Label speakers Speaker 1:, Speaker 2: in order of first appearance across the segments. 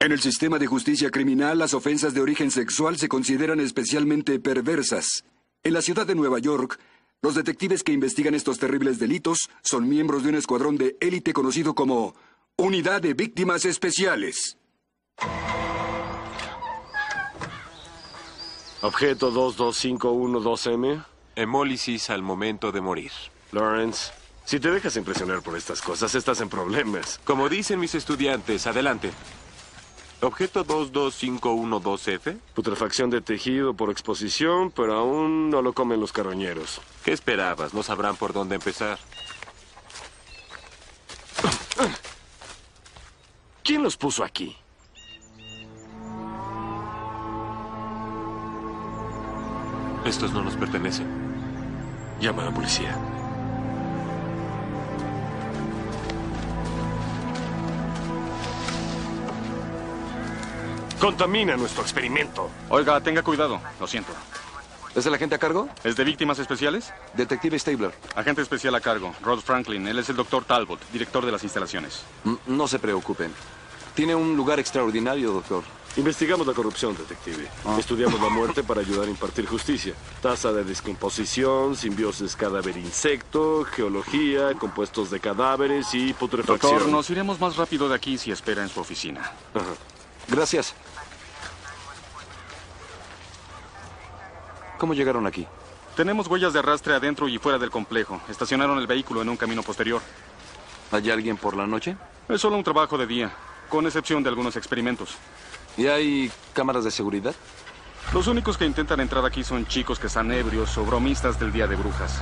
Speaker 1: En el sistema de justicia criminal, las ofensas de origen sexual se consideran especialmente perversas. En la ciudad de Nueva York, los detectives que investigan estos terribles delitos son miembros de un escuadrón de élite conocido como Unidad de Víctimas Especiales.
Speaker 2: Objeto 2251-2M.
Speaker 3: Hemólisis al momento de morir.
Speaker 2: Lawrence, si te dejas impresionar por estas cosas, estás en problemas.
Speaker 3: Como dicen mis estudiantes, adelante. Objeto 22512F.
Speaker 2: Putrefacción de tejido por exposición, pero aún no lo comen los carroñeros.
Speaker 3: ¿Qué esperabas? No sabrán por dónde empezar.
Speaker 2: ¿Quién los puso aquí?
Speaker 3: Estos no nos pertenecen.
Speaker 2: Llama a la policía. Contamina nuestro experimento.
Speaker 4: Oiga, tenga cuidado. Lo siento.
Speaker 5: ¿Es el agente a cargo?
Speaker 4: ¿Es de víctimas especiales?
Speaker 5: Detective Stabler.
Speaker 4: Agente especial a cargo, Rod Franklin. Él es el doctor Talbot, director de las instalaciones.
Speaker 5: Mm, No se preocupen. Tiene un lugar extraordinario, doctor. Ah.
Speaker 2: Investigamos la corrupción, detective. Estudiamos la muerte para ayudar a impartir justicia. Tasa de descomposición, simbiosis cadáver-insecto, geología, compuestos de cadáveres y putrefacción.
Speaker 4: Doctor, nos iremos más rápido de aquí si espera en su oficina.
Speaker 2: Ajá.
Speaker 5: Gracias. ¿Cómo llegaron aquí?
Speaker 4: Tenemos huellas de arrastre adentro y fuera del complejo. Estacionaron el vehículo en un camino posterior.
Speaker 5: ¿Hay alguien por la noche?
Speaker 4: Es solo un trabajo de día, con excepción de algunos experimentos.
Speaker 5: ¿Y hay cámaras de seguridad?
Speaker 4: Los únicos que intentan entrar aquí son chicos que están ebrios o bromistas del Día de Brujas.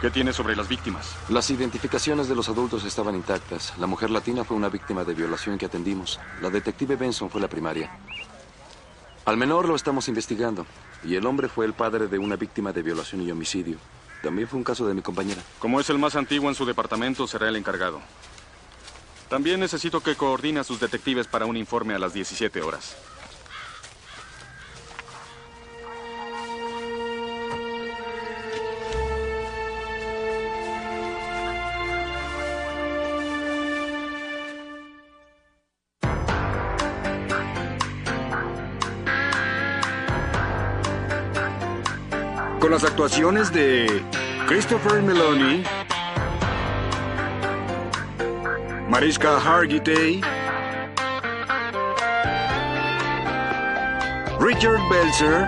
Speaker 4: ¿Qué tiene sobre las víctimas?
Speaker 5: Las identificaciones de los adultos estaban intactas. La mujer latina fue una víctima de violación que atendimos. La detective Benson fue la primaria. Al menor lo estamos investigando. Y el hombre fue el padre de una víctima de violación y homicidio. También fue un caso de mi compañera.
Speaker 4: Como es el más antiguo en su departamento, será el encargado. También necesito que coordine a sus detectives para un informe a las 17 horas.
Speaker 1: Con las actuaciones de Christopher Meloni, Mariska Hargitay, Richard Belzer,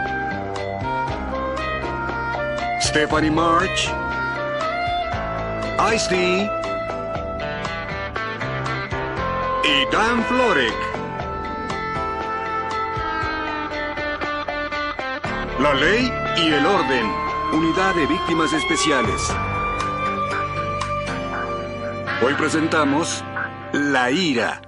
Speaker 1: Stephanie March, Ice-T y Dan Florek. La ley y el orden. Unidad de Víctimas Especiales. Hoy presentamos La Ira.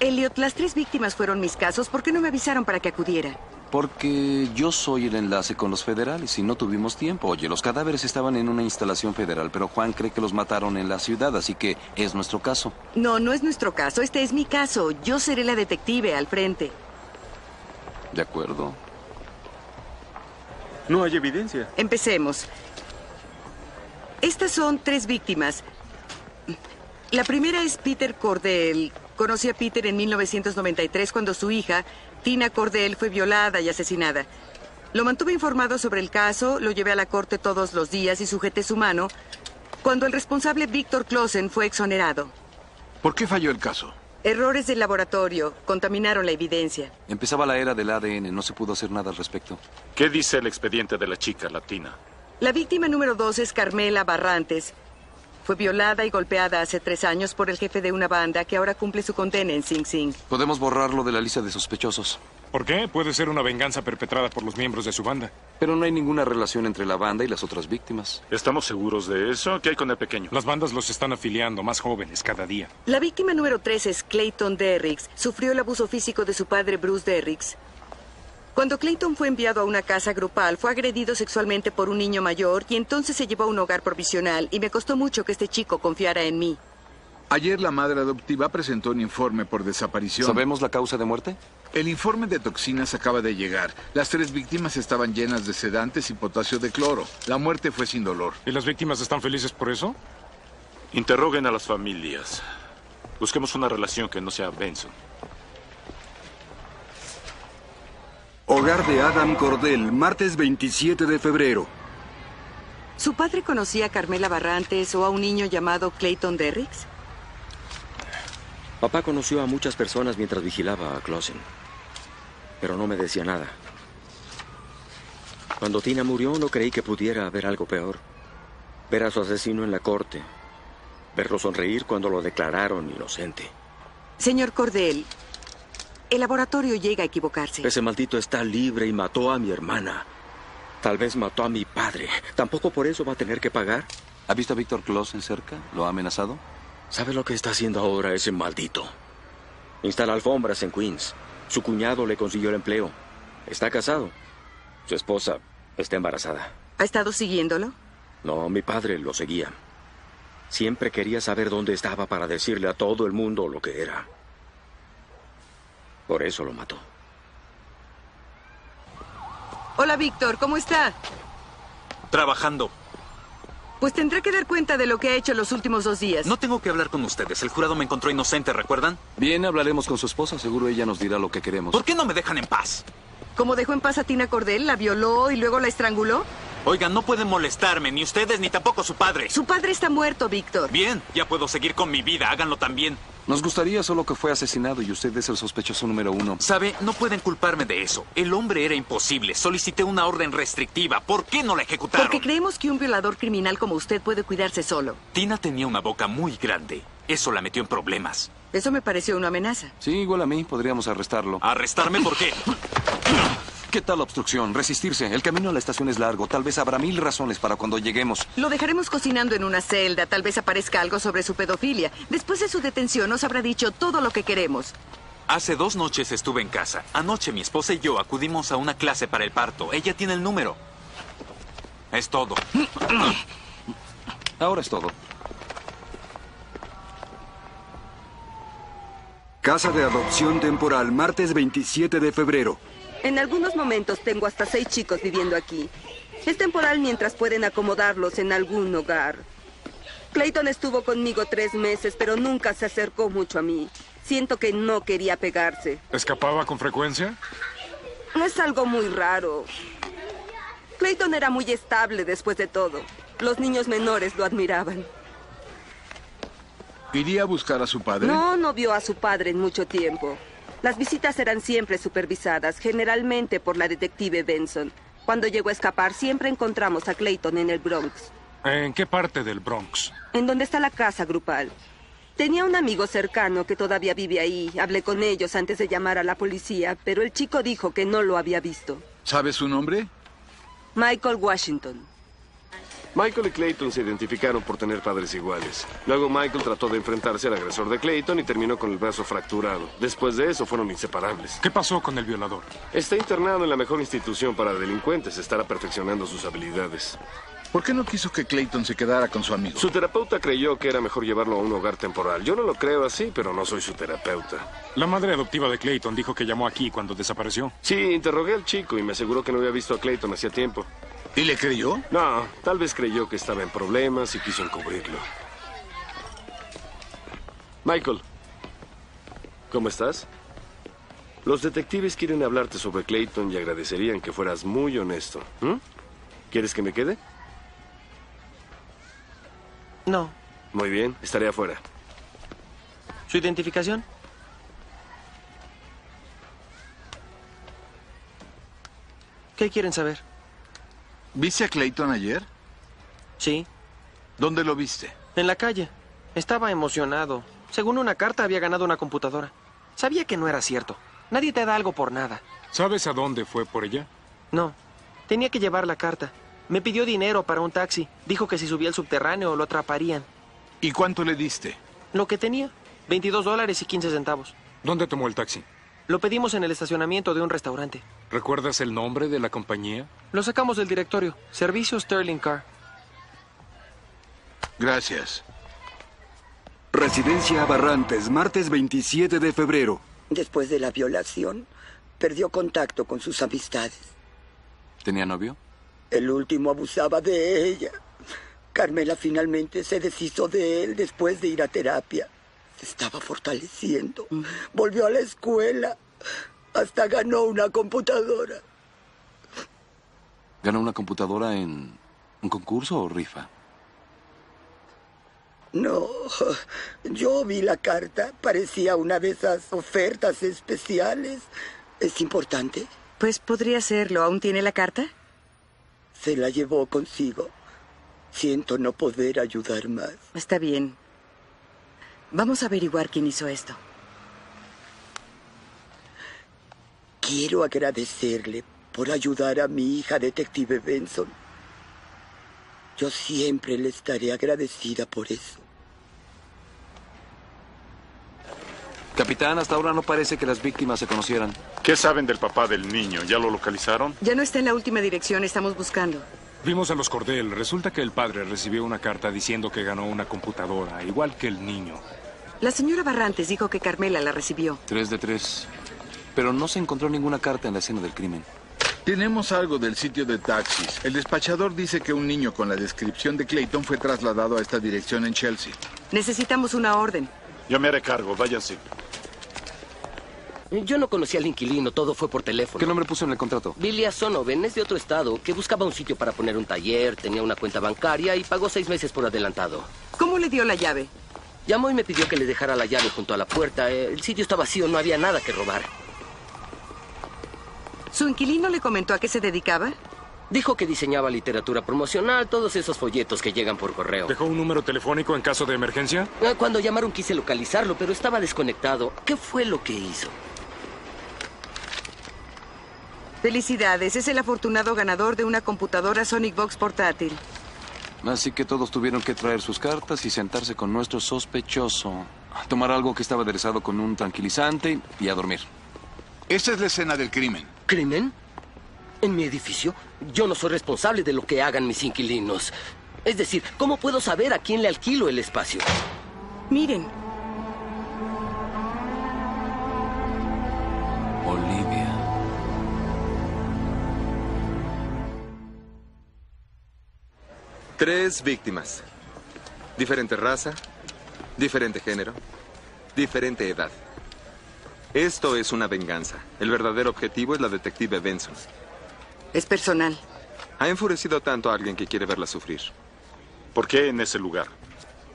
Speaker 6: Elliot, las tres víctimas fueron mis casos. ¿Por qué no me avisaron para que acudiera?
Speaker 5: Porque yo soy el enlace con los federales y no tuvimos tiempo. Oye, los cadáveres estaban en una instalación federal, pero Juan cree que los mataron en la ciudad, así que es nuestro caso.
Speaker 6: No, no es nuestro caso. Este es mi caso. Yo seré la detective al frente.
Speaker 5: De acuerdo.
Speaker 4: No hay evidencia.
Speaker 6: Empecemos. Estas son tres víctimas. La primera es Peter Cordell. Conocí a Peter en 1993 cuando su hija, Tina Cordell, fue violada y asesinada. Lo mantuve informado sobre el caso, lo llevé a la corte todos los días y sujeté su mano cuando el responsable Víctor Clausen fue exonerado.
Speaker 7: ¿Por qué falló el caso?
Speaker 6: Errores del laboratorio contaminaron la evidencia.
Speaker 5: Empezaba la era del ADN, no se pudo hacer nada al respecto.
Speaker 4: ¿Qué dice el expediente de la chica latina?
Speaker 6: La víctima número dos es Carmela Barrantes. Fue violada y golpeada hace tres años por el jefe de una banda que ahora cumple su condena en Sing Sing.
Speaker 5: Podemos borrarlo de la lista de sospechosos.
Speaker 8: ¿Por qué? Puede ser una venganza perpetrada por los miembros de su banda.
Speaker 5: Pero no hay ninguna relación entre la banda y las otras víctimas.
Speaker 2: ¿Estamos seguros de eso? ¿Qué hay con el pequeño?
Speaker 8: Las bandas los están afiliando más jóvenes cada día.
Speaker 6: La víctima número tres es Clayton Derricks. Sufrió el abuso físico de su padre Bruce Derricks. Cuando Clayton fue enviado a una casa grupal, fue agredido sexualmente por un niño mayor y entonces se llevó a un hogar provisional y me costó mucho que este chico confiara en mí.
Speaker 7: Ayer la madre adoptiva presentó un informe por desaparición.
Speaker 5: ¿Sabemos la causa de muerte?
Speaker 7: El informe de toxinas acaba de llegar. Las tres víctimas estaban llenas de sedantes y potasio de cloro. La muerte fue sin dolor.
Speaker 8: ¿Y las víctimas están felices por eso?
Speaker 2: Interroguen a las familias. Busquemos una relación que no sea Benson.
Speaker 1: Hogar de Adam Cordell, martes 27 de febrero.
Speaker 6: ¿Su padre conocía a Carmela Barrantes o a un niño llamado Clayton Derricks?
Speaker 9: Papá conoció a muchas personas mientras vigilaba a Clausen, pero no me decía nada. Cuando Tina murió no creí que pudiera haber algo peor. Ver a su asesino en la corte, verlo sonreír cuando lo declararon inocente.
Speaker 6: Señor Cordell, el laboratorio llega a equivocarse.
Speaker 9: Ese maldito está libre y mató a mi hermana. Tal vez mató a mi padre. ¿Tampoco por eso va a tener que pagar?
Speaker 5: ¿Ha visto a Víctor Clausen cerca? ¿Lo ha amenazado?
Speaker 9: ¿Sabe lo que está haciendo ahora ese maldito? Instala alfombras en Queens. Su cuñado le consiguió el empleo. Está casado. Su esposa está embarazada.
Speaker 6: ¿Ha estado siguiéndolo?
Speaker 9: No, mi padre lo seguía. Siempre quería saber dónde estaba para decirle a todo el mundo lo que era. Por eso lo mató.
Speaker 6: Hola, Víctor, ¿cómo está?
Speaker 10: Trabajando.
Speaker 6: Pues tendrá que dar cuenta de lo que ha hecho los últimos dos días.
Speaker 10: No tengo que hablar con ustedes. El jurado me encontró inocente, ¿recuerdan?
Speaker 5: Bien, hablaremos con su esposa. Seguro ella nos dirá lo que queremos.
Speaker 10: ¿Por qué no me dejan en paz?
Speaker 6: ¿Cómo dejó en paz a Tina Cordell? ¿La violó y luego la estranguló?
Speaker 10: Oigan, no pueden molestarme, ni ustedes ni tampoco su padre.
Speaker 6: Su padre está muerto, Víctor.
Speaker 10: Bien, ya puedo seguir con mi vida. Háganlo también.
Speaker 5: Nos gustaría solo que fue asesinado y usted es el sospechoso número uno.
Speaker 10: ¿Sabe? No pueden culparme de eso. El hombre era imposible. Solicité una orden restrictiva. ¿Por qué no la ejecutaron?
Speaker 6: Porque creemos que un violador criminal como usted puede cuidarse solo.
Speaker 10: Tina tenía una boca muy grande. Eso la metió en problemas.
Speaker 6: Eso me pareció una amenaza.
Speaker 5: Sí, igual a mí, podríamos arrestarlo.
Speaker 10: ¿Arrestarme por qué?
Speaker 5: ¿Qué tal obstrucción? Resistirse. El camino a la estación es largo. Tal vez habrá mil razones para cuando lleguemos.
Speaker 6: Lo dejaremos cocinando en una celda. Tal vez aparezca algo sobre su pedofilia. Después de su detención nos habrá dicho todo lo que queremos.
Speaker 10: Hace dos noches estuve en casa. Anoche mi esposa y yo acudimos a una clase para el parto. Ella tiene el número. Es todo.
Speaker 5: Ahora es todo.
Speaker 1: Casa de adopción temporal, martes 27 de febrero.
Speaker 11: En algunos momentos tengo hasta seis chicos viviendo aquí. Es temporal mientras pueden acomodarlos en algún hogar. Clayton estuvo conmigo tres meses, pero nunca se acercó mucho a mí. Siento que no quería pegarse.
Speaker 8: ¿Escapaba con frecuencia?
Speaker 11: No es algo muy raro. Clayton era muy estable después de todo. Los niños menores lo admiraban.
Speaker 7: ¿Iría a buscar a su padre?
Speaker 11: No, no vio a su padre en mucho tiempo. Las visitas eran siempre supervisadas, generalmente por la detective Benson. Cuando llegó a escapar, siempre encontramos a Clayton en el Bronx,
Speaker 8: ¿En qué parte del Bronx?
Speaker 11: en donde está la casa grupal. Tenía un amigo cercano que todavía vive ahí. Hablé con ellos antes de llamar a la policía, pero el chico dijo que no lo había visto.
Speaker 7: ¿Sabe su nombre?
Speaker 11: Michael Washington.
Speaker 2: Michael y Clayton se identificaron por tener padres iguales. Luego Michael trató de enfrentarse al agresor de Clayton y terminó con el brazo fracturado. Después de eso fueron inseparables.
Speaker 8: ¿Qué pasó con el violador?
Speaker 2: Está internado en la mejor institución para delincuentes. Estará perfeccionando sus habilidades.
Speaker 7: ¿Por qué no quiso que Clayton se quedara con su amigo?
Speaker 2: Su terapeuta creyó que era mejor llevarlo a un hogar temporal. Yo no lo creo así, pero no soy su terapeuta.
Speaker 8: La madre adoptiva de Clayton dijo que llamó aquí cuando desapareció.
Speaker 2: Sí, interrogué al chico y me aseguró que no había visto a Clayton hacía tiempo.
Speaker 7: ¿Y le creyó?
Speaker 2: No, tal vez creyó que estaba en problemas y quiso encubrirlo. Michael, ¿cómo estás? Los detectives quieren hablarte sobre Clayton y agradecerían que fueras muy honesto. ¿Mm? ¿Quieres que me quede?
Speaker 12: No.
Speaker 2: Muy bien, estaré afuera.
Speaker 12: ¿Su identificación? ¿Qué quieren saber?
Speaker 7: ¿Viste a Clayton ayer?
Speaker 12: Sí,
Speaker 7: ¿Dónde lo viste?
Speaker 12: en la calle. Estaba emocionado. Según una carta había ganado una computadora. Sabía que no era cierto. Nadie te da algo por nada.
Speaker 8: ¿Sabes a dónde fue por ella?
Speaker 12: No, tenía que llevar la carta. Me pidió dinero para un taxi. Dijo que si subía al subterráneo lo atraparían.
Speaker 7: ¿Y cuánto le diste?
Speaker 12: Lo que tenía, 22 dólares y 15 centavos.
Speaker 8: ¿Dónde tomó el taxi?
Speaker 12: Lo pedimos en el estacionamiento de un restaurante.
Speaker 8: ¿Recuerdas el nombre de la compañía?
Speaker 12: Lo sacamos del directorio. Servicio Sterling Car.
Speaker 7: Gracias.
Speaker 1: Residencia Barrantes, martes 27 de febrero.
Speaker 13: Después de la violación, perdió contacto con sus amistades.
Speaker 5: ¿Tenía novio?
Speaker 13: El último abusaba de ella. Carmela finalmente se deshizo de él después de ir a terapia. Se estaba fortaleciendo. Volvió a la escuela. Hasta ganó una computadora.
Speaker 5: ¿Ganó una computadora en un concurso o rifa?
Speaker 13: No, yo vi la carta. Parecía una de esas ofertas especiales. ¿Es importante?
Speaker 6: Pues podría serlo. ¿Aún tiene la carta?
Speaker 13: Se la llevó consigo. Siento no poder ayudar más.
Speaker 6: Está bien. Vamos a averiguar quién hizo esto.
Speaker 13: Quiero agradecerle por ayudar a mi hija, detective Benson. Yo siempre le estaré agradecida por eso.
Speaker 5: Capitán, hasta ahora no parece que las víctimas se conocieran.
Speaker 14: ¿Qué saben del papá del niño? ¿Ya lo localizaron?
Speaker 6: Ya no está en la última dirección, estamos buscando.
Speaker 8: Vimos a los Cordel. Resulta que el padre recibió una carta diciendo que ganó una computadora, igual que el niño.
Speaker 6: La señora Barrantes dijo que Carmela la recibió.
Speaker 5: Tres de tres. Pero no se encontró ninguna carta en la escena del crimen.
Speaker 7: Tenemos algo del sitio de taxis. El despachador dice que un niño con la descripción de Clayton fue trasladado a esta dirección en Chelsea.
Speaker 6: Necesitamos una orden.
Speaker 14: Yo me haré cargo, váyanse.
Speaker 15: Yo no conocí al inquilino, todo fue por teléfono.
Speaker 5: ¿Qué nombre puso en el contrato?
Speaker 15: Billy Azonoven es de otro estado que buscaba un sitio para poner un taller, tenía una cuenta bancaria y pagó seis meses por adelantado.
Speaker 6: ¿Cómo le dio la llave?
Speaker 15: Llamó y me pidió que le dejara la llave junto a la puerta. Eh, El sitio está vacío, no había nada que robar.
Speaker 6: ¿Su inquilino le comentó a qué se dedicaba?
Speaker 15: Dijo que diseñaba literatura promocional, todos esos folletos que llegan por correo.
Speaker 8: ¿Dejó un número telefónico en caso de emergencia?
Speaker 15: Ah, Cuando llamaron quise localizarlo, pero estaba desconectado. ¿Qué fue lo que hizo?
Speaker 6: Felicidades, es el afortunado ganador de una computadora Sonic Box portátil.
Speaker 5: Así que todos tuvieron que traer sus cartas y sentarse con nuestro sospechoso, a tomar algo que estaba aderezado con un tranquilizante y a dormir.
Speaker 7: Esta es la escena del crimen.
Speaker 15: ¿Crimen? ¿En mi edificio? Yo no soy responsable de lo que hagan mis inquilinos. Es decir, ¿cómo puedo saber a quién le alquilo el espacio?
Speaker 6: Miren,
Speaker 5: Olivia.
Speaker 16: Tres víctimas. Diferente raza, diferente género, diferente edad. Esto es una venganza. El verdadero objetivo es la detective Benson.
Speaker 6: es personal.
Speaker 16: Ha enfurecido tanto a alguien que quiere verla sufrir.
Speaker 14: ¿Por qué en ese lugar?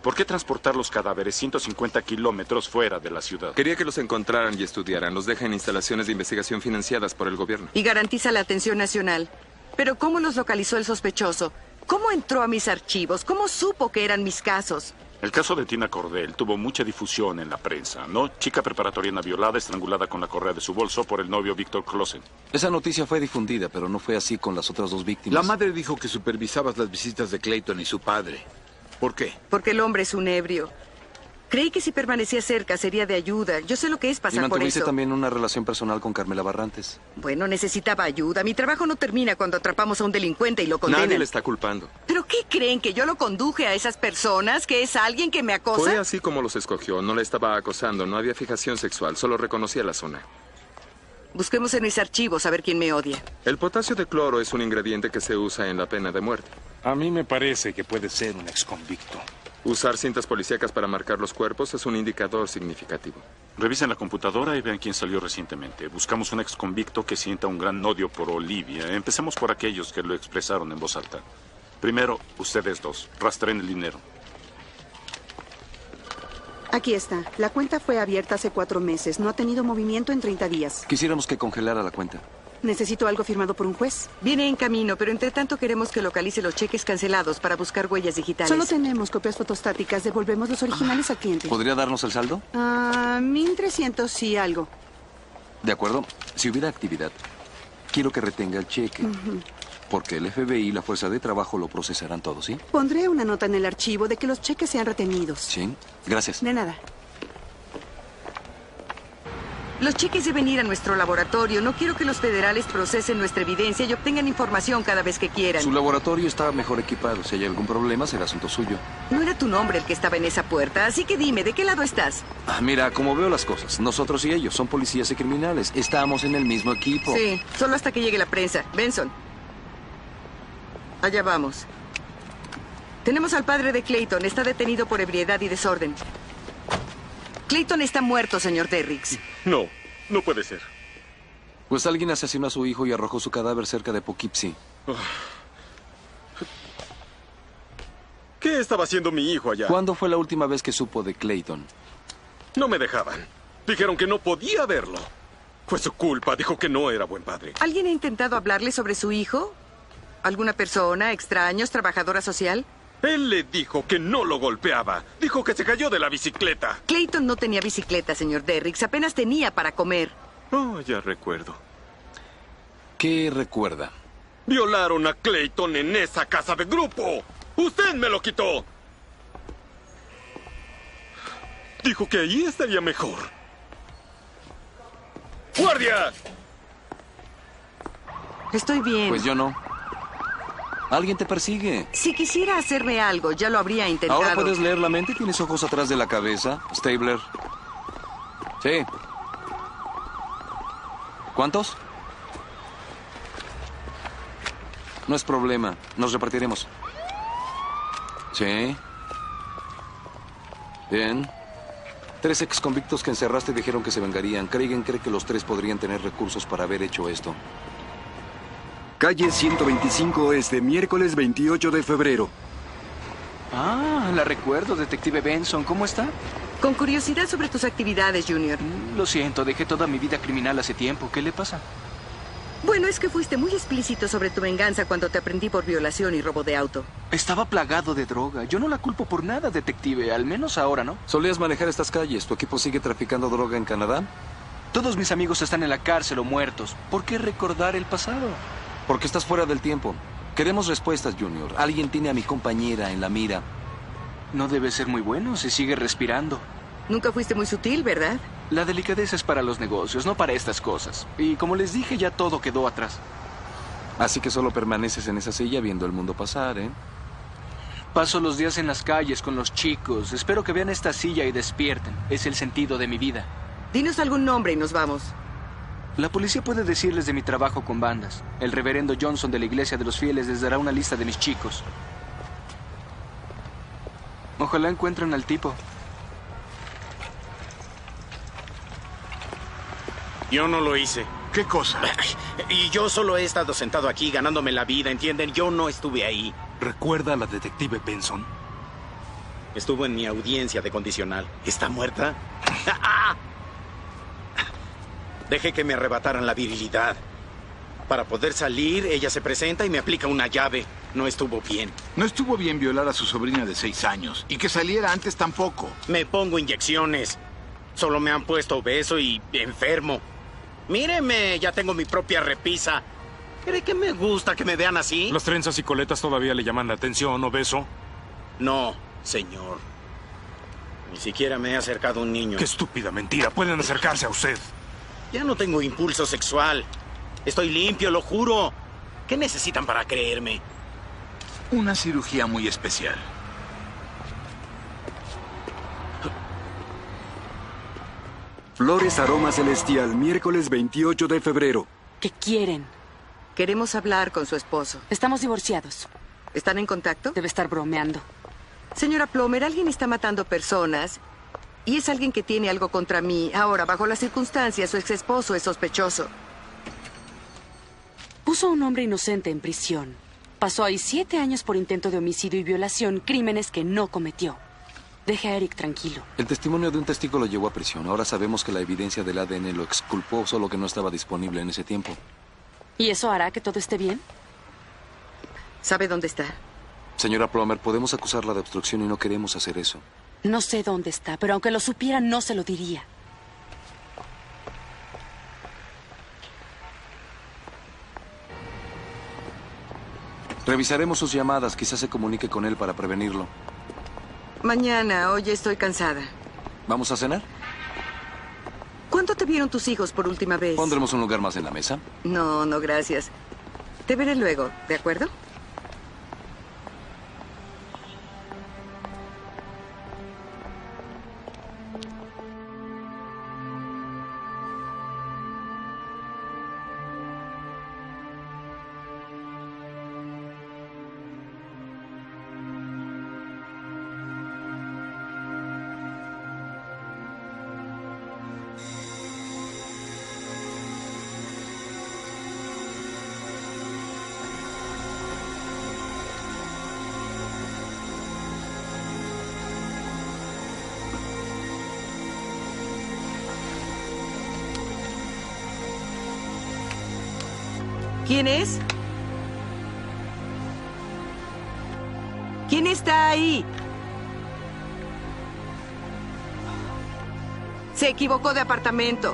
Speaker 14: ¿Por qué transportar los cadáveres 150 kilómetros fuera de la ciudad?
Speaker 16: Quería que los encontraran y estudiaran. Los deja en instalaciones de investigación financiadas por el gobierno.
Speaker 6: Y garantiza la atención nacional. Pero ¿cómo los localizó el sospechoso? ¿Cómo entró a mis archivos? ¿Cómo supo que eran mis casos?
Speaker 14: El caso de Tina Cordell tuvo mucha difusión en la prensa, ¿no? Chica preparatoriana violada, estrangulada con la correa de su bolso por el novio Víctor Closen.
Speaker 5: Esa noticia fue difundida, pero no fue así con las otras dos víctimas.
Speaker 7: La madre dijo que supervisabas las visitas de Clayton y su padre. ¿Por qué?
Speaker 6: Porque el hombre es un ebrio. Creí que si permanecía cerca sería de ayuda. Yo sé lo que es
Speaker 5: y
Speaker 6: pasar por
Speaker 5: mantuviste
Speaker 6: eso.
Speaker 5: también una relación personal con Carmela Barrantes.
Speaker 6: Bueno, necesitaba ayuda. Mi trabajo no termina cuando atrapamos a un delincuente y lo condenan.
Speaker 16: Nadie le está culpando.
Speaker 6: ¿Pero qué creen? ¿Que yo lo conduje a esas personas? ¿Que es alguien que me acosa?
Speaker 16: Fue así como los escogió. No la estaba acosando, no había fijación sexual, solo reconocía la zona.
Speaker 6: Busquemos en mis archivos a ver quién me odia.
Speaker 16: El potasio de cloro es un ingrediente que se usa en la pena de muerte.
Speaker 8: A mí me parece que puede ser un exconvicto.
Speaker 16: Usar cintas policíacas para marcar los cuerpos es un indicador significativo.
Speaker 14: Revisen la computadora y vean quién salió recientemente. Buscamos un exconvicto que sienta un gran odio por Olivia. Empecemos por aquellos que lo expresaron en voz alta. Primero, ustedes dos, rastreen el dinero.
Speaker 17: Aquí está. La cuenta fue abierta hace cuatro meses. No ha tenido movimiento en 30 días.
Speaker 5: Quisiéramos que congelara la cuenta.
Speaker 17: Necesito algo firmado por un juez.
Speaker 6: Viene en camino, pero entre tanto queremos que localice los cheques cancelados para buscar huellas digitales.
Speaker 17: Solo tenemos copias fotostáticas. Devolvemos los originales al cliente.
Speaker 5: ¿Podría darnos el saldo?
Speaker 17: Ah, 1300 y algo.
Speaker 5: De acuerdo. Si hubiera actividad, quiero que retenga el cheque.
Speaker 6: Mm.
Speaker 17: Ujú.
Speaker 5: Porque el FBI y la Fuerza de Trabajo lo procesarán todo, ¿sí?
Speaker 17: Pondré una nota en el archivo de que los cheques sean retenidos.
Speaker 5: Sí. Gracias.
Speaker 17: De nada.
Speaker 6: Los cheques deben ir a nuestro laboratorio. No quiero que los federales procesen nuestra evidencia y obtengan información cada vez que quieran.
Speaker 5: Su laboratorio está mejor equipado. Si hay algún problema, será asunto suyo.
Speaker 6: No era tu nombre el que estaba en esa puerta, así que dime, ¿de qué lado estás?
Speaker 5: Ah, mira, como veo las cosas, nosotros y ellos son policías y criminales. Estamos en el mismo equipo.
Speaker 6: Sí, solo hasta que llegue la prensa. Benson. Allá vamos. Tenemos al padre de Clayton. Está detenido por ebriedad y desorden. Clayton está muerto, señor Derricks.
Speaker 14: No, no puede ser.
Speaker 5: Pues alguien asesinó a su hijo y arrojó su cadáver cerca de Poughkeepsie.
Speaker 14: Ah. ¿Qué estaba haciendo mi hijo allá?
Speaker 5: ¿Cuándo fue la última vez que supo de Clayton?
Speaker 14: No me dejaban. Dijeron que no podía verlo. Fue su culpa. Dijo que no era buen padre.
Speaker 6: ¿Alguien ha intentado hablarle sobre su hijo? ¿Alguna persona, extraños, trabajadora social?
Speaker 14: Él le dijo que no lo golpeaba. Dijo que se cayó de la bicicleta.
Speaker 6: Clayton no tenía bicicleta, señor Derricks. Apenas tenía para comer.
Speaker 14: Oh, ya recuerdo.
Speaker 5: ¿Qué recuerda?
Speaker 14: Violaron a Clayton en esa casa de grupo. Usted me lo quitó. Dijo que ahí estaría mejor. ¡Guardia!
Speaker 6: Estoy bien.
Speaker 5: Pues yo no. Alguien te persigue.
Speaker 6: Si quisiera hacerme algo, ya lo habría intentado.
Speaker 5: Ahora puedes leer la mente. Tienes ojos atrás de la cabeza, Stabler. Sí. ¿Cuántos? No es problema. Nos repartiremos. Sí. Bien. Tres ex convictos que encerraste dijeron que se vengarían. Creigen cree que los tres podrían tener recursos para haber hecho esto.
Speaker 1: Calle 125 Este, miércoles 28 de febrero.
Speaker 18: Ah, la recuerdo, detective Benson. ¿Cómo está?
Speaker 6: Con curiosidad sobre tus actividades, Junior.
Speaker 18: Lo siento, dejé toda mi vida criminal hace tiempo. ¿Qué le pasa?
Speaker 6: Bueno, es que fuiste muy explícito sobre tu venganza cuando te aprendí por violación y robo de auto.
Speaker 18: Estaba plagado de droga. Yo no la culpo por nada, detective. Al menos ahora, ¿no?
Speaker 5: Solías manejar estas calles. ¿Tu equipo sigue traficando droga en Canadá?
Speaker 18: Todos mis amigos están en la cárcel o muertos. ¿Por qué recordar el pasado?
Speaker 5: Porque estás fuera del tiempo. Queremos respuestas, Junior. Alguien tiene a mi compañera en la mira.
Speaker 18: No debe ser muy bueno si sigue respirando.
Speaker 6: Nunca fuiste muy sutil, ¿verdad?
Speaker 18: La delicadeza es para los negocios, no para estas cosas. Y como les dije, ya todo quedó atrás.
Speaker 5: Así que solo permaneces en esa silla viendo el mundo pasar, ¿eh?
Speaker 18: Paso los días en las calles con los chicos. Espero que vean esta silla y despierten. Es el sentido de mi vida.
Speaker 6: Dinos algún nombre y nos vamos.
Speaker 18: La policía puede decirles de mi trabajo con bandas. El reverendo Johnson de la Iglesia de los Fieles les dará una lista de mis chicos. Ojalá encuentren al tipo.
Speaker 19: Yo no lo hice.
Speaker 20: ¿Qué cosa?
Speaker 19: Y yo solo he estado sentado aquí ganándome la vida, ¿entienden? Yo no estuve ahí.
Speaker 20: ¿Recuerda a la detective Benson?
Speaker 19: Estuvo en mi audiencia de condicional. ¿Está muerta? ¡Ah! Dejé que me arrebataran la virilidad. Para poder salir, ella se presenta y me aplica una llave. No estuvo bien.
Speaker 20: No estuvo bien violar a su sobrina de seis años. Y que saliera antes tampoco.
Speaker 19: Me pongo inyecciones. Solo me han puesto obeso y enfermo. Míreme, ya tengo mi propia repisa. ¿Cree que me gusta que me vean así?
Speaker 8: Las trenzas y coletas todavía le llaman la atención, obeso.
Speaker 19: No, señor. Ni siquiera me he acercado a un niño.
Speaker 8: Qué estúpida mentira. Pueden acercarse a usted.
Speaker 19: Ya no tengo impulso sexual. Estoy limpio, lo juro. ¿Qué necesitan para creerme?
Speaker 20: Una cirugía muy especial.
Speaker 1: Flores Aroma Celestial, miércoles 28 de febrero.
Speaker 21: ¿Qué quieren?
Speaker 6: Queremos hablar con su esposo.
Speaker 21: Estamos divorciados.
Speaker 6: ¿Están en contacto?
Speaker 21: Debe estar bromeando.
Speaker 6: Señora Plomer, alguien está matando personas y es alguien que tiene algo contra mí. Ahora, bajo las circunstancias, su exesposo es sospechoso.
Speaker 21: Puso a un hombre inocente en prisión. Pasó ahí siete años por intento de homicidio y violación, crímenes que no cometió. Deje a Eric tranquilo.
Speaker 5: El testimonio de un testigo lo llevó a prisión. Ahora sabemos que la evidencia del ADN lo exculpó, solo que no estaba disponible en ese tiempo.
Speaker 21: ¿Y eso hará que todo esté bien?
Speaker 6: ¿Sabe dónde está?
Speaker 5: Señora Plummer, podemos acusarla de obstrucción y no queremos hacer eso.
Speaker 21: No sé dónde está, pero aunque lo supiera, no se lo diría.
Speaker 5: Revisaremos sus llamadas. Quizás se comunique con él para prevenirlo.
Speaker 6: Mañana, hoy estoy cansada.
Speaker 5: ¿Vamos a cenar?
Speaker 6: ¿Cuándo te vieron tus hijos por última vez?
Speaker 5: ¿Pondremos un lugar más en la mesa?
Speaker 6: No, no, gracias. Te veré luego, ¿de acuerdo? ¿Quién es? ¿Quién está ahí? Se equivocó de apartamento.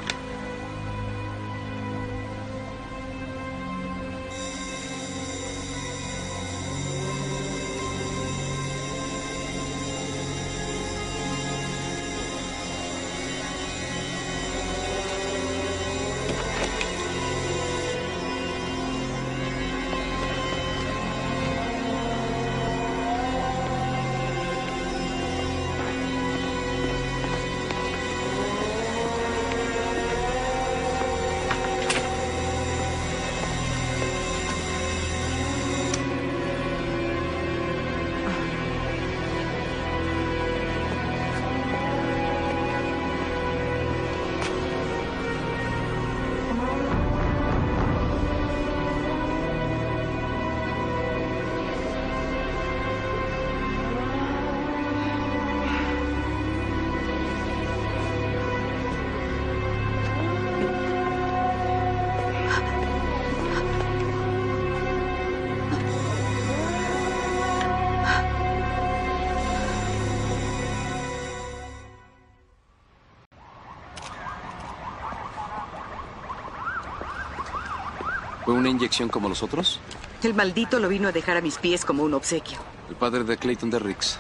Speaker 5: ¿Fue una inyección como los otros?
Speaker 6: El maldito lo vino a dejar a mis pies como un obsequio.
Speaker 5: El padre de Clayton Derricks.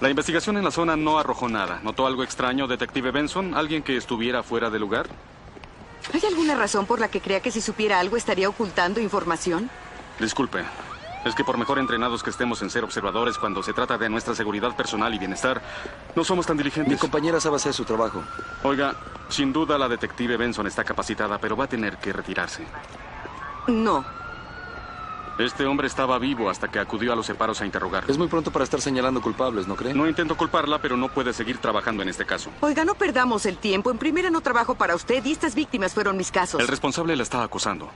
Speaker 4: La investigación en la zona no arrojó nada. ¿Notó algo extraño, detective Benson? ¿Alguien que estuviera fuera de lugar?
Speaker 6: ¿Hay alguna razón por la que crea que si supiera algo estaría ocultando información?
Speaker 4: Disculpe. Es que por mejor entrenados que estemos en ser observadores cuando se trata de nuestra seguridad personal y bienestar, no somos tan diligentes.
Speaker 5: Mi compañera sabe hacer su trabajo.
Speaker 4: Oiga, sin duda la detective Benson está capacitada, pero va a tener que retirarse.
Speaker 6: No.
Speaker 4: Este hombre estaba vivo hasta que acudió a los separos a interrogar.
Speaker 5: Es muy pronto para estar señalando culpables, ¿no cree?
Speaker 4: No intento culparla, pero no puede seguir trabajando en este caso.
Speaker 6: Oiga, no perdamos el tiempo. En primera no trabajo para usted y estas víctimas fueron mis casos.
Speaker 4: El responsable la está acusando,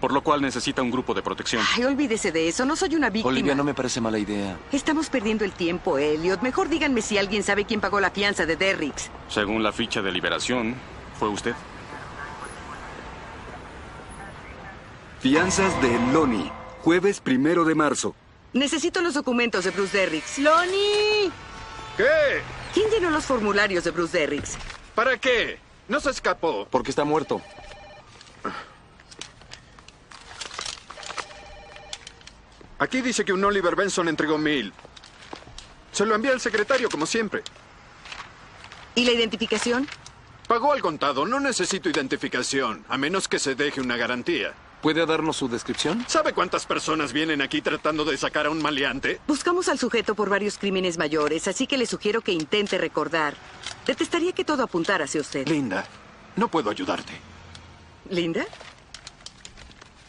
Speaker 4: por lo cual necesita un grupo de protección.
Speaker 6: Ay, olvídese de eso. No soy una víctima.
Speaker 5: Olivia, no me parece mala idea.
Speaker 6: Estamos perdiendo el tiempo, Elliot. Mejor díganme si alguien sabe quién pagó la fianza de Derricks.
Speaker 4: Según la ficha de liberación, fue usted.
Speaker 1: Fianzas de Loni, jueves primero de marzo.
Speaker 6: Necesito los documentos de Bruce Derricks.
Speaker 2: ¡Lonnie!
Speaker 6: ¿Qué? ¿Quién llenó los formularios de Bruce Derricks?
Speaker 2: ¿Para qué? No se escapó.
Speaker 5: Porque está muerto.
Speaker 2: Aquí dice que un Oliver Benson entregó mil. Se lo envía al secretario, como siempre.
Speaker 6: ¿Y la identificación?
Speaker 2: Pagó al contado. No necesito identificación, a menos que se deje una garantía.
Speaker 5: ¿Puede darnos su descripción?
Speaker 2: ¿Sabe cuántas personas vienen aquí tratando de sacar a un maleante?
Speaker 6: Buscamos al sujeto por varios crímenes mayores, así que le sugiero que intente recordar. Detestaría que todo apuntara hacia usted.
Speaker 2: Linda, no puedo ayudarte.
Speaker 6: ¿Linda?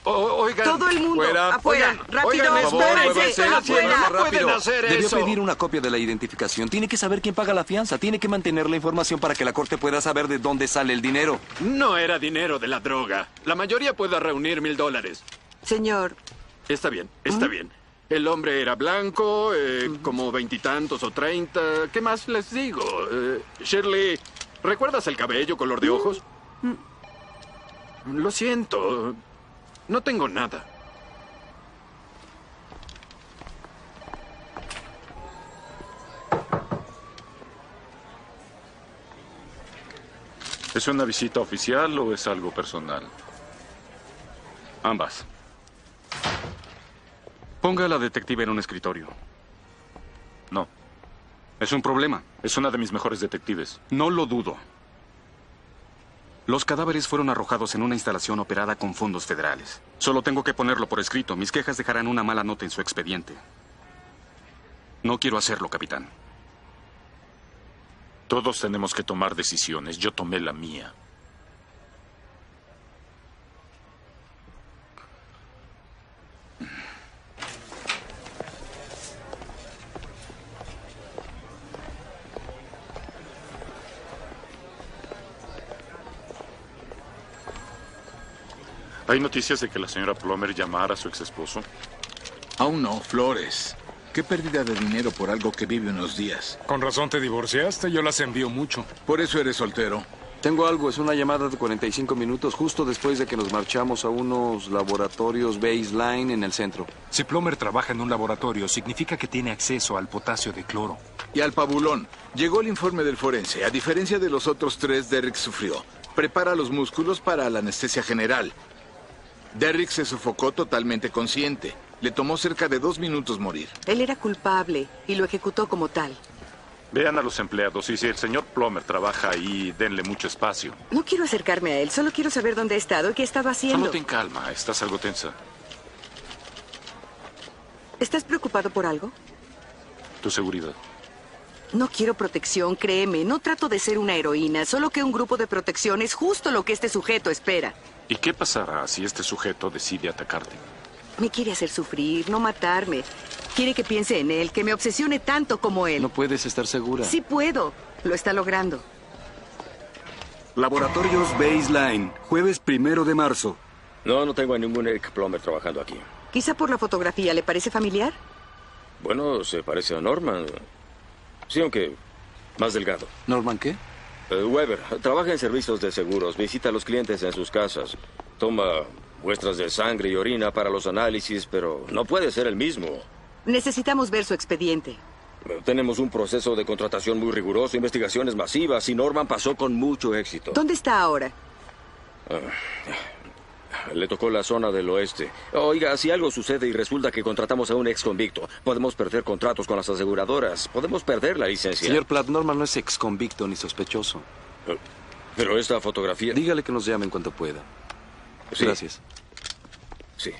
Speaker 2: O- oigan,
Speaker 6: Todo el mundo,
Speaker 2: fuera,
Speaker 6: afuera,
Speaker 2: oigan,
Speaker 6: rápido,
Speaker 2: oigan,
Speaker 6: espérense,
Speaker 2: muévanse,
Speaker 6: afuera.
Speaker 2: no pueden
Speaker 5: Rápido.
Speaker 2: hacer
Speaker 5: Debió
Speaker 2: eso.
Speaker 5: pedir una copia de la identificación. Tiene que saber quién paga la fianza. Tiene que mantener la información para que la corte pueda saber de dónde sale el dinero.
Speaker 2: No era dinero de la droga. La mayoría puede reunir mil dólares.
Speaker 6: Señor,
Speaker 2: Está bien,
Speaker 6: Ah.
Speaker 2: está bien. El hombre era blanco, eh, como veintitantos o treinta. ¿Qué más les digo? Eh, Shirley, ¿recuerdas el cabello color
Speaker 6: Mm.
Speaker 2: de ojos? Lo siento, no tengo nada.
Speaker 14: ¿Es una visita oficial o es algo personal?
Speaker 4: Ambas. Ponga a la detective en un escritorio.
Speaker 14: No.
Speaker 4: Es un problema.
Speaker 14: Es una de mis mejores detectives.
Speaker 4: No lo dudo. Los cadáveres fueron arrojados en una instalación operada con fondos federales. Solo tengo que ponerlo por escrito. Mis quejas dejarán una mala nota en su expediente. No quiero hacerlo, capitán.
Speaker 14: Todos tenemos que tomar decisiones. Yo tomé la mía. ¿Hay noticias de que la señora Plummer llamara a su exesposo?
Speaker 7: Aún no, Flores. Qué pérdida de dinero por algo que vive unos días.
Speaker 8: Con razón te divorciaste, yo las envío mucho.
Speaker 7: Por eso eres soltero.
Speaker 5: Tengo algo, es una llamada de 45 minutos justo después de que nos marchamos a unos laboratorios baseline en el centro.
Speaker 8: Si Plomer trabaja en un laboratorio, significa que tiene acceso al potasio de cloro.
Speaker 7: Y al pabulón, llegó el informe del forense. A diferencia de los otros tres, Derrick sufrió. Prepara los músculos para la anestesia general. Derrick se sofocó totalmente consciente. Le tomó cerca de dos minutos morir.
Speaker 6: Él era culpable y lo ejecutó como tal.
Speaker 14: Vean a los empleados y si el señor Plomer trabaja ahí, denle mucho espacio.
Speaker 6: No quiero acercarme a él, solo quiero saber dónde ha estado y qué estaba haciendo.
Speaker 14: Solo ten calma, estás algo tensa.
Speaker 6: ¿Estás preocupado por algo?
Speaker 14: Tu seguridad.
Speaker 6: No quiero protección, créeme. No trato de ser una heroína, solo que un grupo de protección es justo lo que este sujeto espera.
Speaker 14: ¿Y qué pasará si este sujeto decide atacarte?
Speaker 6: Me quiere hacer sufrir, no matarme. Quiere que piense en él, que me obsesione tanto como él.
Speaker 5: No puedes estar segura.
Speaker 6: Sí puedo. Lo está logrando.
Speaker 1: Laboratorios Baseline, jueves primero de marzo.
Speaker 9: No, no tengo a ningún Eric Plummer trabajando aquí.
Speaker 6: Quizá por la fotografía, ¿le parece familiar?
Speaker 9: Bueno, se parece a Norman. Sí, aunque más delgado.
Speaker 5: ¿Norman qué?
Speaker 9: Eh, Weber, trabaja en servicios de seguros, visita a los clientes en sus casas, toma muestras de sangre y orina para los análisis, pero no puede ser el mismo.
Speaker 6: Necesitamos ver su expediente.
Speaker 9: Eh, Tenemos un proceso de contratación muy riguroso, investigaciones masivas y Norman pasó con mucho éxito.
Speaker 6: ¿Dónde está ahora?
Speaker 9: Ah, Le tocó la zona del oeste. Oiga, si algo sucede y resulta que contratamos a un ex convicto, podemos perder contratos con las aseguradoras, podemos perder la licencia.
Speaker 5: Señor Platt, Norman no es ex convicto ni sospechoso.
Speaker 9: Pero esta fotografía.
Speaker 5: Dígale que nos llame en cuanto pueda.
Speaker 9: Sí.
Speaker 5: Gracias.
Speaker 9: Sí.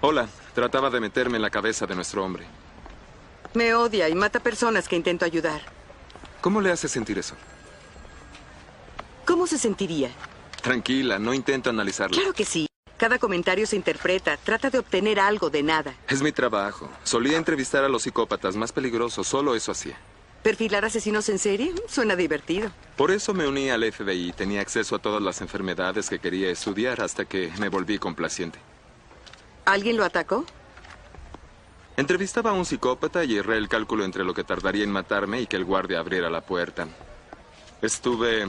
Speaker 16: Hola, trataba de meterme en la cabeza de nuestro hombre.
Speaker 6: Me odia y mata personas que intento ayudar.
Speaker 16: ¿Cómo le hace sentir eso?
Speaker 6: ¿Cómo se sentiría?
Speaker 16: Tranquila, no intento analizarlo.
Speaker 6: Claro que sí. Cada comentario se interpreta, trata de obtener algo de nada.
Speaker 16: Es mi trabajo. Solía entrevistar a los psicópatas más peligrosos, solo eso hacía.
Speaker 6: ¿Perfilar asesinos en serie? Suena divertido.
Speaker 16: Por eso me uní al FBI. Tenía acceso a todas las enfermedades que quería estudiar hasta que me volví complaciente.
Speaker 6: ¿Alguien lo atacó?
Speaker 16: Entrevistaba a un psicópata y erré el cálculo entre lo que tardaría en matarme y que el guardia abriera la puerta. Estuve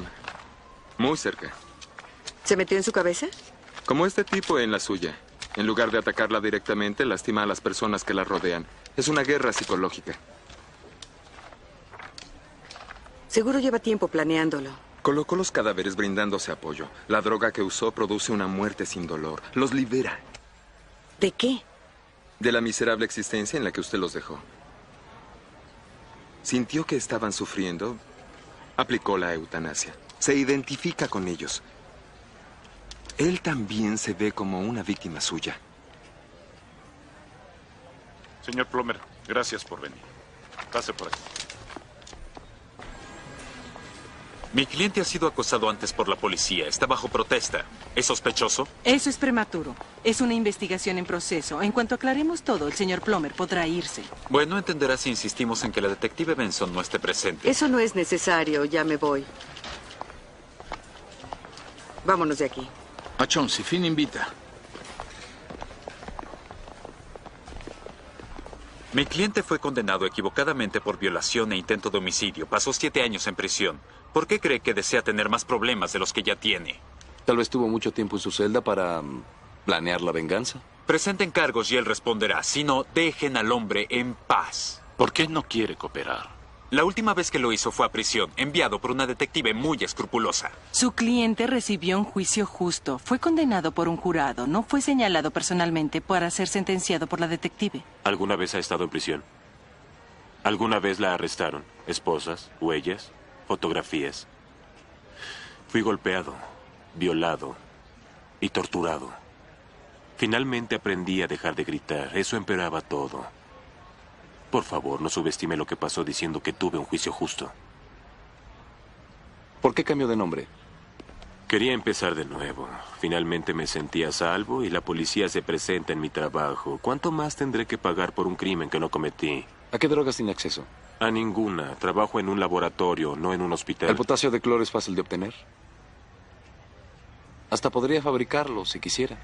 Speaker 16: muy cerca,
Speaker 6: ¿Se metió en su cabeza?
Speaker 16: como este tipo en la suya. En lugar de atacarla directamente, lastima a las personas que la rodean. Es una guerra psicológica.
Speaker 6: Seguro lleva tiempo planeándolo.
Speaker 16: Colocó los cadáveres brindándose apoyo. La droga que usó produce una muerte sin dolor. Los libera
Speaker 6: ¿De qué?
Speaker 16: de la miserable existencia en la que usted los dejó. Sintió que estaban sufriendo, aplicó la eutanasia. Se identifica con ellos. Él también se ve como una víctima suya.
Speaker 14: Señor Plomer, gracias por venir. Pase por aquí.
Speaker 10: Mi cliente ha sido acosado antes por la policía. Está bajo protesta. ¿Es sospechoso?
Speaker 22: Eso es prematuro. Es una investigación en proceso. En cuanto aclaremos todo, el señor Plomer podrá irse.
Speaker 10: Bueno, entenderá si insistimos en que la detective Benson no esté presente.
Speaker 6: Eso no es necesario, ya me voy. Vámonos de aquí.
Speaker 5: Ah,
Speaker 7: A Chauncey, Finn invita.
Speaker 10: Mi cliente fue condenado equivocadamente por violación e intento de homicidio. Pasó siete años en prisión. ¿Por qué cree que desea tener más problemas de los que ya tiene?
Speaker 5: Tal vez tuvo mucho tiempo en su celda para mm, planear la venganza.
Speaker 10: Presenten cargos y él responderá. Si no, dejen al hombre en paz.
Speaker 14: ¿Por qué no quiere cooperar?
Speaker 10: La última vez que lo hizo fue a prisión, enviado por una detective muy escrupulosa.
Speaker 22: Su cliente recibió un juicio justo. Fue condenado por un jurado. No fue señalado personalmente para ser sentenciado por la detective.
Speaker 23: ¿Alguna vez ha estado en prisión? ¿Alguna vez la arrestaron? Esposas, huellas, fotografías. Fui golpeado, violado y torturado. Finalmente aprendí a dejar de gritar. Eso empeoraba todo. Por favor, no subestime lo que pasó diciendo que tuve un juicio justo.
Speaker 5: ¿Por qué cambió de nombre?
Speaker 23: Quería empezar de nuevo. Finalmente me sentí a salvo y la policía se presenta en mi trabajo. ¿Cuánto más tendré que pagar por un crimen que no cometí?
Speaker 5: ¿A qué drogas tiene acceso?
Speaker 23: A ninguna. Trabajo en un laboratorio, no en un hospital.
Speaker 5: ¿El potasio de cloro es fácil de obtener? Hasta podría fabricarlo si quisiera.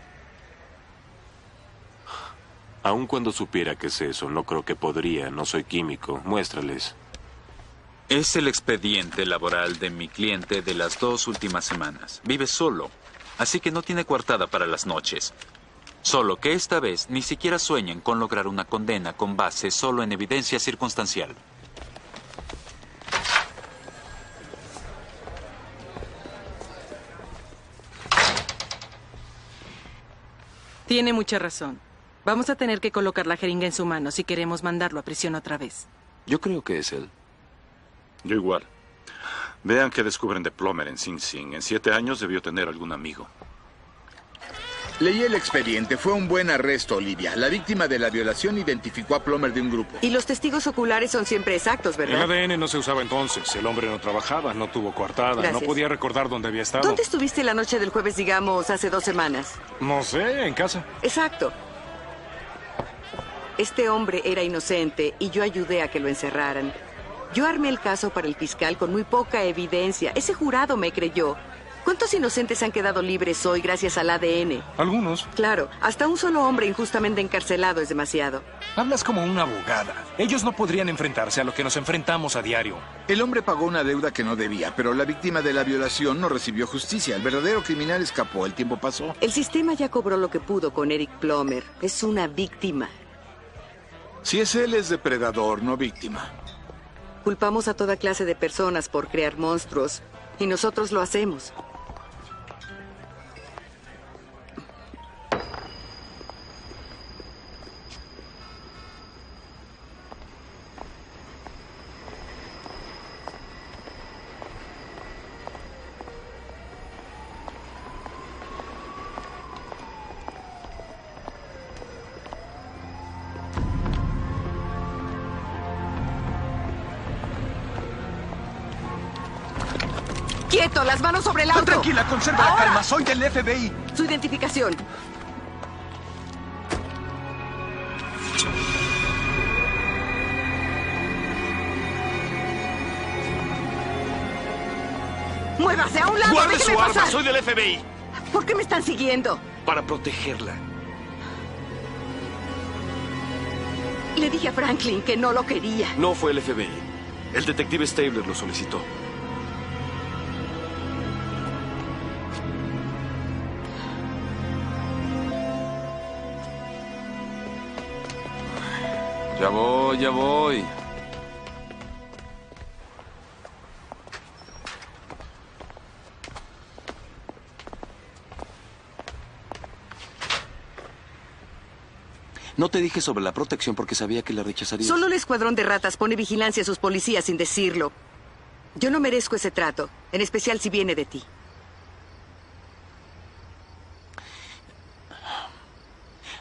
Speaker 23: Aun cuando supiera qué es eso, no creo que podría. No soy químico. Muéstrales.
Speaker 10: Es el expediente laboral de mi cliente de las dos últimas semanas. Vive solo, así que no tiene coartada para las noches. Solo que esta vez ni siquiera sueñen con lograr una condena con base solo en evidencia circunstancial.
Speaker 22: Tiene mucha razón. Vamos a tener que colocar la jeringa en su mano si queremos mandarlo a prisión otra vez.
Speaker 5: Yo creo que es él.
Speaker 14: Yo igual. Vean que descubren de Plomer en Sing Sing. En siete años debió tener algún amigo.
Speaker 7: Leí el expediente. Fue un buen arresto, Olivia. La víctima de la violación identificó a Plomer de un grupo.
Speaker 6: Y los testigos oculares son siempre exactos, ¿verdad?
Speaker 8: El ADN no se usaba entonces. El hombre no trabajaba, no tuvo coartada,
Speaker 6: Gracias.
Speaker 8: no podía recordar dónde había estado.
Speaker 6: ¿Dónde estuviste la noche del jueves, digamos, hace dos semanas?
Speaker 8: No sé, en casa.
Speaker 6: Exacto. Este hombre era inocente y yo ayudé a que lo encerraran. Yo armé el caso para el fiscal con muy poca evidencia. Ese jurado me creyó. ¿Cuántos inocentes han quedado libres hoy gracias al ADN?
Speaker 8: Algunos.
Speaker 6: Claro, hasta un solo hombre injustamente encarcelado es demasiado.
Speaker 8: Hablas como una abogada. Ellos no podrían enfrentarse a lo que nos enfrentamos a diario.
Speaker 7: El hombre pagó una deuda que no debía, pero la víctima de la violación no recibió justicia. El verdadero criminal escapó. El tiempo pasó.
Speaker 6: El sistema ya cobró lo que pudo con Eric Plomer. Es una víctima.
Speaker 7: Si es él, es depredador, no víctima.
Speaker 6: Culpamos a toda clase de personas por crear monstruos y nosotros lo hacemos. ¡Quieto! ¡Las manos sobre el auto!
Speaker 2: Tranquila, conserva la
Speaker 6: Ahora.
Speaker 2: calma. Soy del FBI.
Speaker 6: Su identificación. ¡Muévase a un lado!
Speaker 2: Guarde
Speaker 6: déjeme
Speaker 2: su arma.
Speaker 6: pasar.
Speaker 2: Soy del FBI.
Speaker 6: ¿Por qué me están siguiendo?
Speaker 2: Para protegerla.
Speaker 6: Le dije a Franklin que no lo quería.
Speaker 2: No fue el FBI. El detective Stabler lo solicitó.
Speaker 5: Ya voy, ya voy. No te dije sobre la protección porque sabía que la rechazarías.
Speaker 6: Solo el escuadrón de ratas pone vigilancia a sus policías sin decirlo. Yo no merezco ese trato, en especial si viene de ti.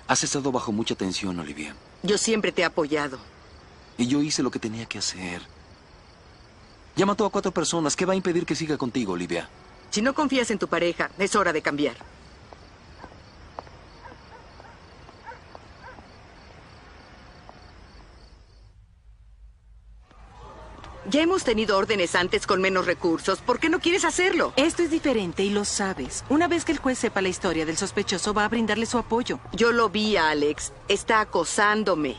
Speaker 5: Has estado bajo mucha tensión, Olivia.
Speaker 6: Yo siempre te he apoyado.
Speaker 5: Y yo hice lo que tenía que hacer. Ya mató a cuatro personas. ¿Qué va a impedir que siga contigo, Olivia?
Speaker 6: Si no confías en tu pareja, es hora de cambiar. Ya hemos tenido órdenes antes con menos recursos. ¿Por qué no quieres hacerlo?
Speaker 22: Esto es diferente y lo sabes. Una vez que el juez sepa la historia del sospechoso, va a brindarle su apoyo.
Speaker 6: Yo lo vi a Alex. Está acosándome.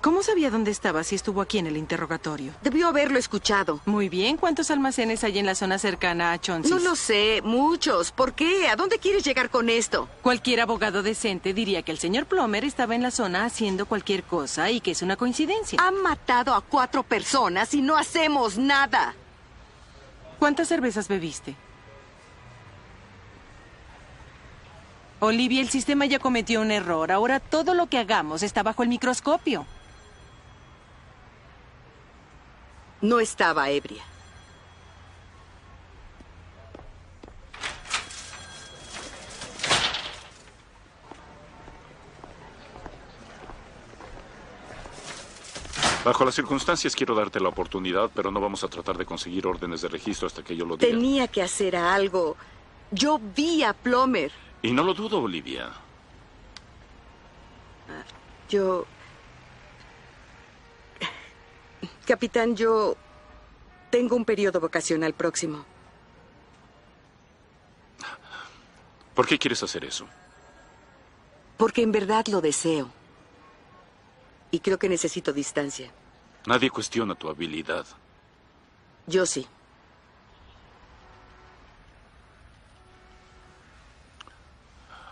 Speaker 22: ¿Cómo sabía dónde estaba si estuvo aquí en el interrogatorio?
Speaker 6: Debió haberlo escuchado.
Speaker 22: Muy bien, ¿cuántos almacenes hay en la zona cercana a Chonsis?
Speaker 6: No lo sé, muchos. ¿Por qué? ¿A dónde quieres llegar con esto?
Speaker 22: Cualquier abogado decente diría que el señor Plomer estaba en la zona haciendo cualquier cosa y que es una coincidencia.
Speaker 6: Ha matado a cuatro personas y no hacemos nada.
Speaker 22: ¿Cuántas cervezas bebiste? Olivia, el sistema ya cometió un error. Ahora todo lo que hagamos está bajo el microscopio.
Speaker 6: No estaba ebria.
Speaker 14: Bajo las circunstancias quiero darte la oportunidad, pero no vamos a tratar de conseguir órdenes de registro hasta que yo lo diga.
Speaker 6: Tenía que hacer algo. Yo vi a Plomer.
Speaker 14: Y no lo dudo, Olivia.
Speaker 6: Yo... Capitán, yo tengo un periodo vocacional próximo.
Speaker 14: ¿Por qué quieres hacer eso?
Speaker 6: Porque en verdad lo deseo. Y creo que necesito distancia.
Speaker 14: Nadie cuestiona tu habilidad.
Speaker 24: Yo sí.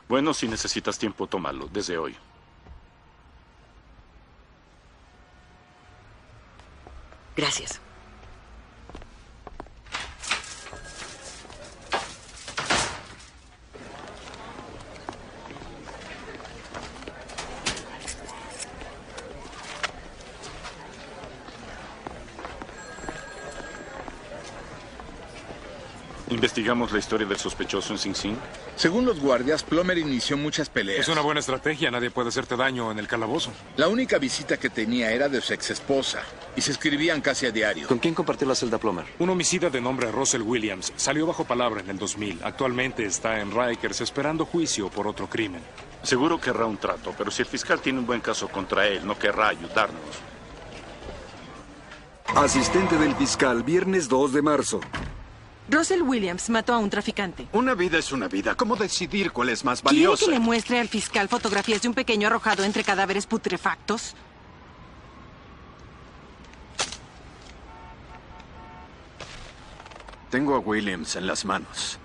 Speaker 14: Bueno, si necesitas tiempo, tómalo, desde hoy.
Speaker 24: Gracias.
Speaker 14: ¿Investigamos la historia del sospechoso en Sing Sing?
Speaker 7: Según los guardias, Plomer inició muchas peleas.
Speaker 8: Es una buena estrategia, nadie puede hacerte daño en el calabozo.
Speaker 7: La única visita que tenía era de su exesposa y se escribían casi a diario.
Speaker 5: ¿Con quién compartió la celda Plomer?
Speaker 8: Un homicida de nombre Russell Williams salió bajo palabra en el 2000. Actualmente está en Rikers esperando juicio por otro crimen.
Speaker 14: Seguro querrá un trato, pero si el fiscal tiene un buen caso contra él, no querrá ayudarnos.
Speaker 1: Asistente del fiscal, viernes 2 de marzo.
Speaker 22: Russell Williams mató a un traficante.
Speaker 25: Una vida es una vida. ¿Cómo decidir cuál es más
Speaker 22: ¿Quiere
Speaker 25: valiosa?
Speaker 22: que le muestre al fiscal fotografías de un pequeño arrojado entre cadáveres putrefactos?
Speaker 26: Tengo a Williams en las manos.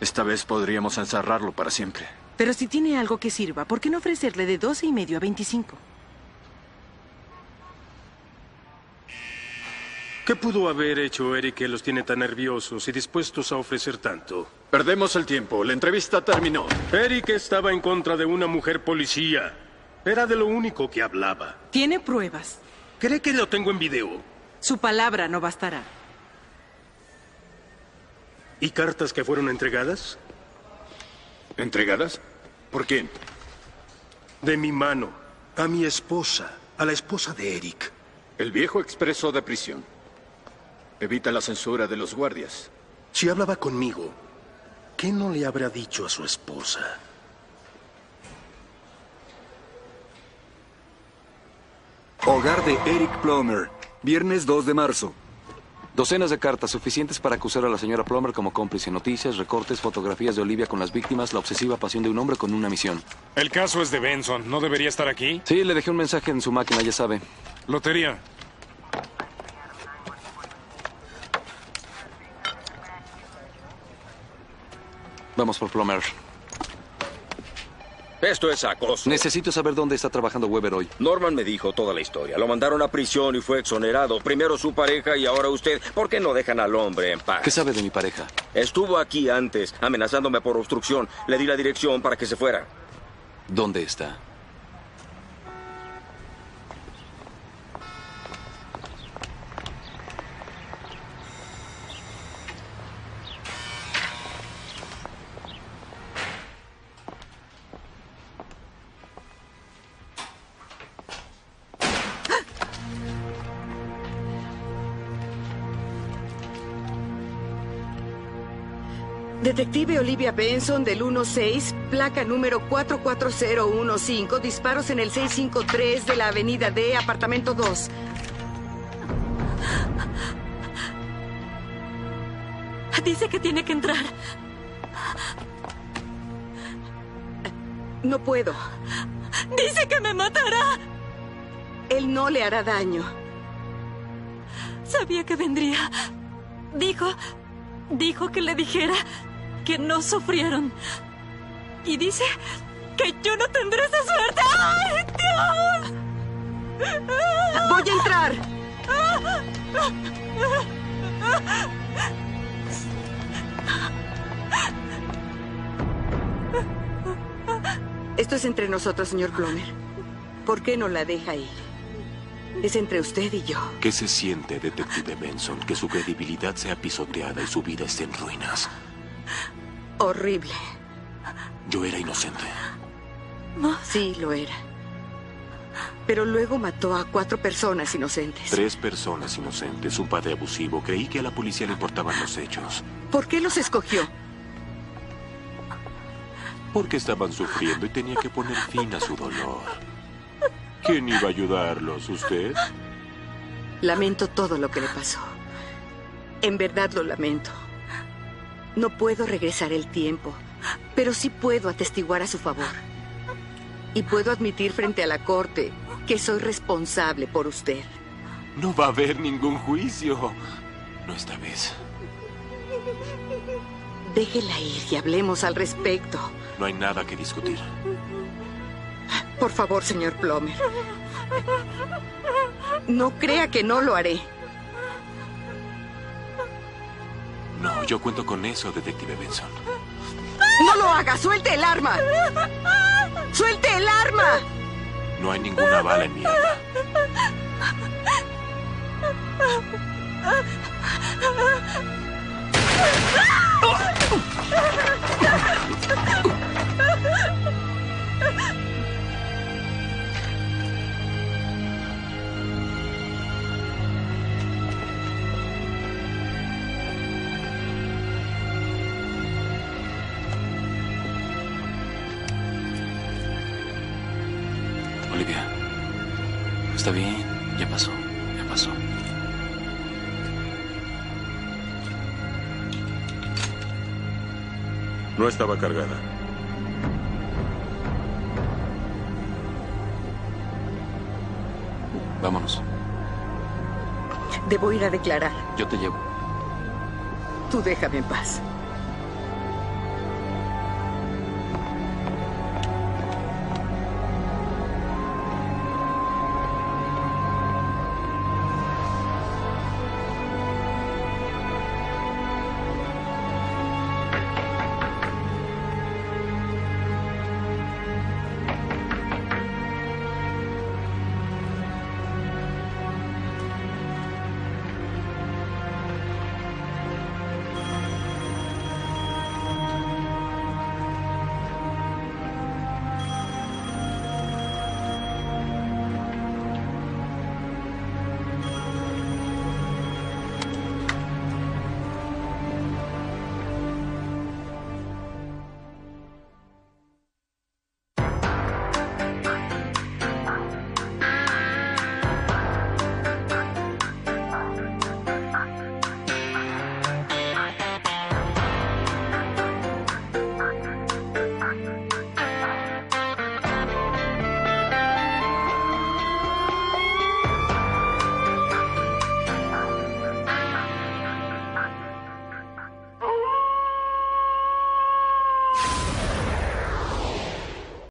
Speaker 26: Esta vez podríamos encerrarlo para siempre.
Speaker 22: Pero si tiene algo que sirva, ¿por qué no ofrecerle de 12 y medio a 25?
Speaker 2: ¿Qué pudo haber hecho Eric que los tiene tan nerviosos y dispuestos a ofrecer tanto?
Speaker 25: Perdemos el tiempo. La entrevista terminó.
Speaker 2: Eric estaba en contra de una mujer policía. Era de lo único que hablaba.
Speaker 22: Tiene pruebas.
Speaker 2: ¿Cree que lo tengo en video?
Speaker 22: Su palabra no bastará.
Speaker 2: ¿Y cartas que fueron entregadas?
Speaker 25: ¿Entregadas?
Speaker 2: ¿Por quién? De mi mano. A mi esposa. A la esposa de Eric.
Speaker 25: El viejo expreso de prisión. Evita la censura de los guardias.
Speaker 2: Si hablaba conmigo, ¿qué no le habrá dicho a su esposa?
Speaker 1: Hogar de Eric Plomer, viernes 2 de marzo.
Speaker 5: Docenas de cartas suficientes para acusar a la señora Plummer como cómplice. Noticias, recortes, fotografías de Olivia con las víctimas, la obsesiva pasión de un hombre con una misión.
Speaker 8: El caso es de Benson, ¿no debería estar aquí?
Speaker 5: Sí, le dejé un mensaje en su máquina, ya sabe.
Speaker 8: Lotería.
Speaker 5: Vamos por Plummer.
Speaker 9: Esto es acoso.
Speaker 5: Necesito saber dónde está trabajando Weber hoy.
Speaker 9: Norman me dijo toda la historia. Lo mandaron a prisión y fue exonerado. Primero su pareja y ahora usted. ¿Por qué no dejan al hombre en paz?
Speaker 5: ¿Qué sabe de mi pareja?
Speaker 9: Estuvo aquí antes, amenazándome por obstrucción. Le di la dirección para que se fuera.
Speaker 5: ¿Dónde está?
Speaker 6: Detective Olivia Benson del 16, placa número 44015, disparos en el 653 de la avenida D, apartamento 2.
Speaker 27: Dice que tiene que entrar.
Speaker 6: No puedo.
Speaker 27: Dice que me matará.
Speaker 6: Él no le hará daño.
Speaker 27: Sabía que vendría. Dijo, dijo que le dijera que no sufrieron. Y dice que yo no tendré esa suerte. ¡Ay, Dios!
Speaker 6: Voy a entrar. Esto es entre nosotros, señor Plomer. ¿Por qué no la deja ir? Es entre usted y yo.
Speaker 23: ¿Qué se siente, detective Benson, que su credibilidad sea pisoteada y su vida esté en ruinas?
Speaker 6: Horrible.
Speaker 23: Yo era inocente.
Speaker 6: Sí, lo era. Pero luego mató a cuatro personas inocentes.
Speaker 23: Tres personas inocentes, un padre abusivo. Creí que a la policía le importaban los hechos.
Speaker 6: ¿Por qué los escogió?
Speaker 23: Porque estaban sufriendo y tenía que poner fin a su dolor. ¿Quién iba a ayudarlos? ¿Usted?
Speaker 6: Lamento todo lo que le pasó. En verdad lo lamento. No puedo regresar el tiempo, pero sí puedo atestiguar a su favor. Y puedo admitir frente a la corte que soy responsable por usted.
Speaker 23: No va a haber ningún juicio. No esta vez.
Speaker 6: Déjela ir y hablemos al respecto.
Speaker 23: No hay nada que discutir.
Speaker 6: Por favor, señor Plomer. No crea que no lo haré.
Speaker 23: No, yo cuento con eso, detective Benson.
Speaker 6: ¡No lo haga! ¡Suelte el arma! ¡Suelte el arma!
Speaker 23: No hay ninguna bala en mi alma.
Speaker 3: Olivia. Está bien, ya pasó, ya pasó.
Speaker 28: No estaba cargada.
Speaker 3: Vámonos,
Speaker 6: Debo ir a declarar.
Speaker 3: yo te llevo.
Speaker 6: Tú déjame en paz.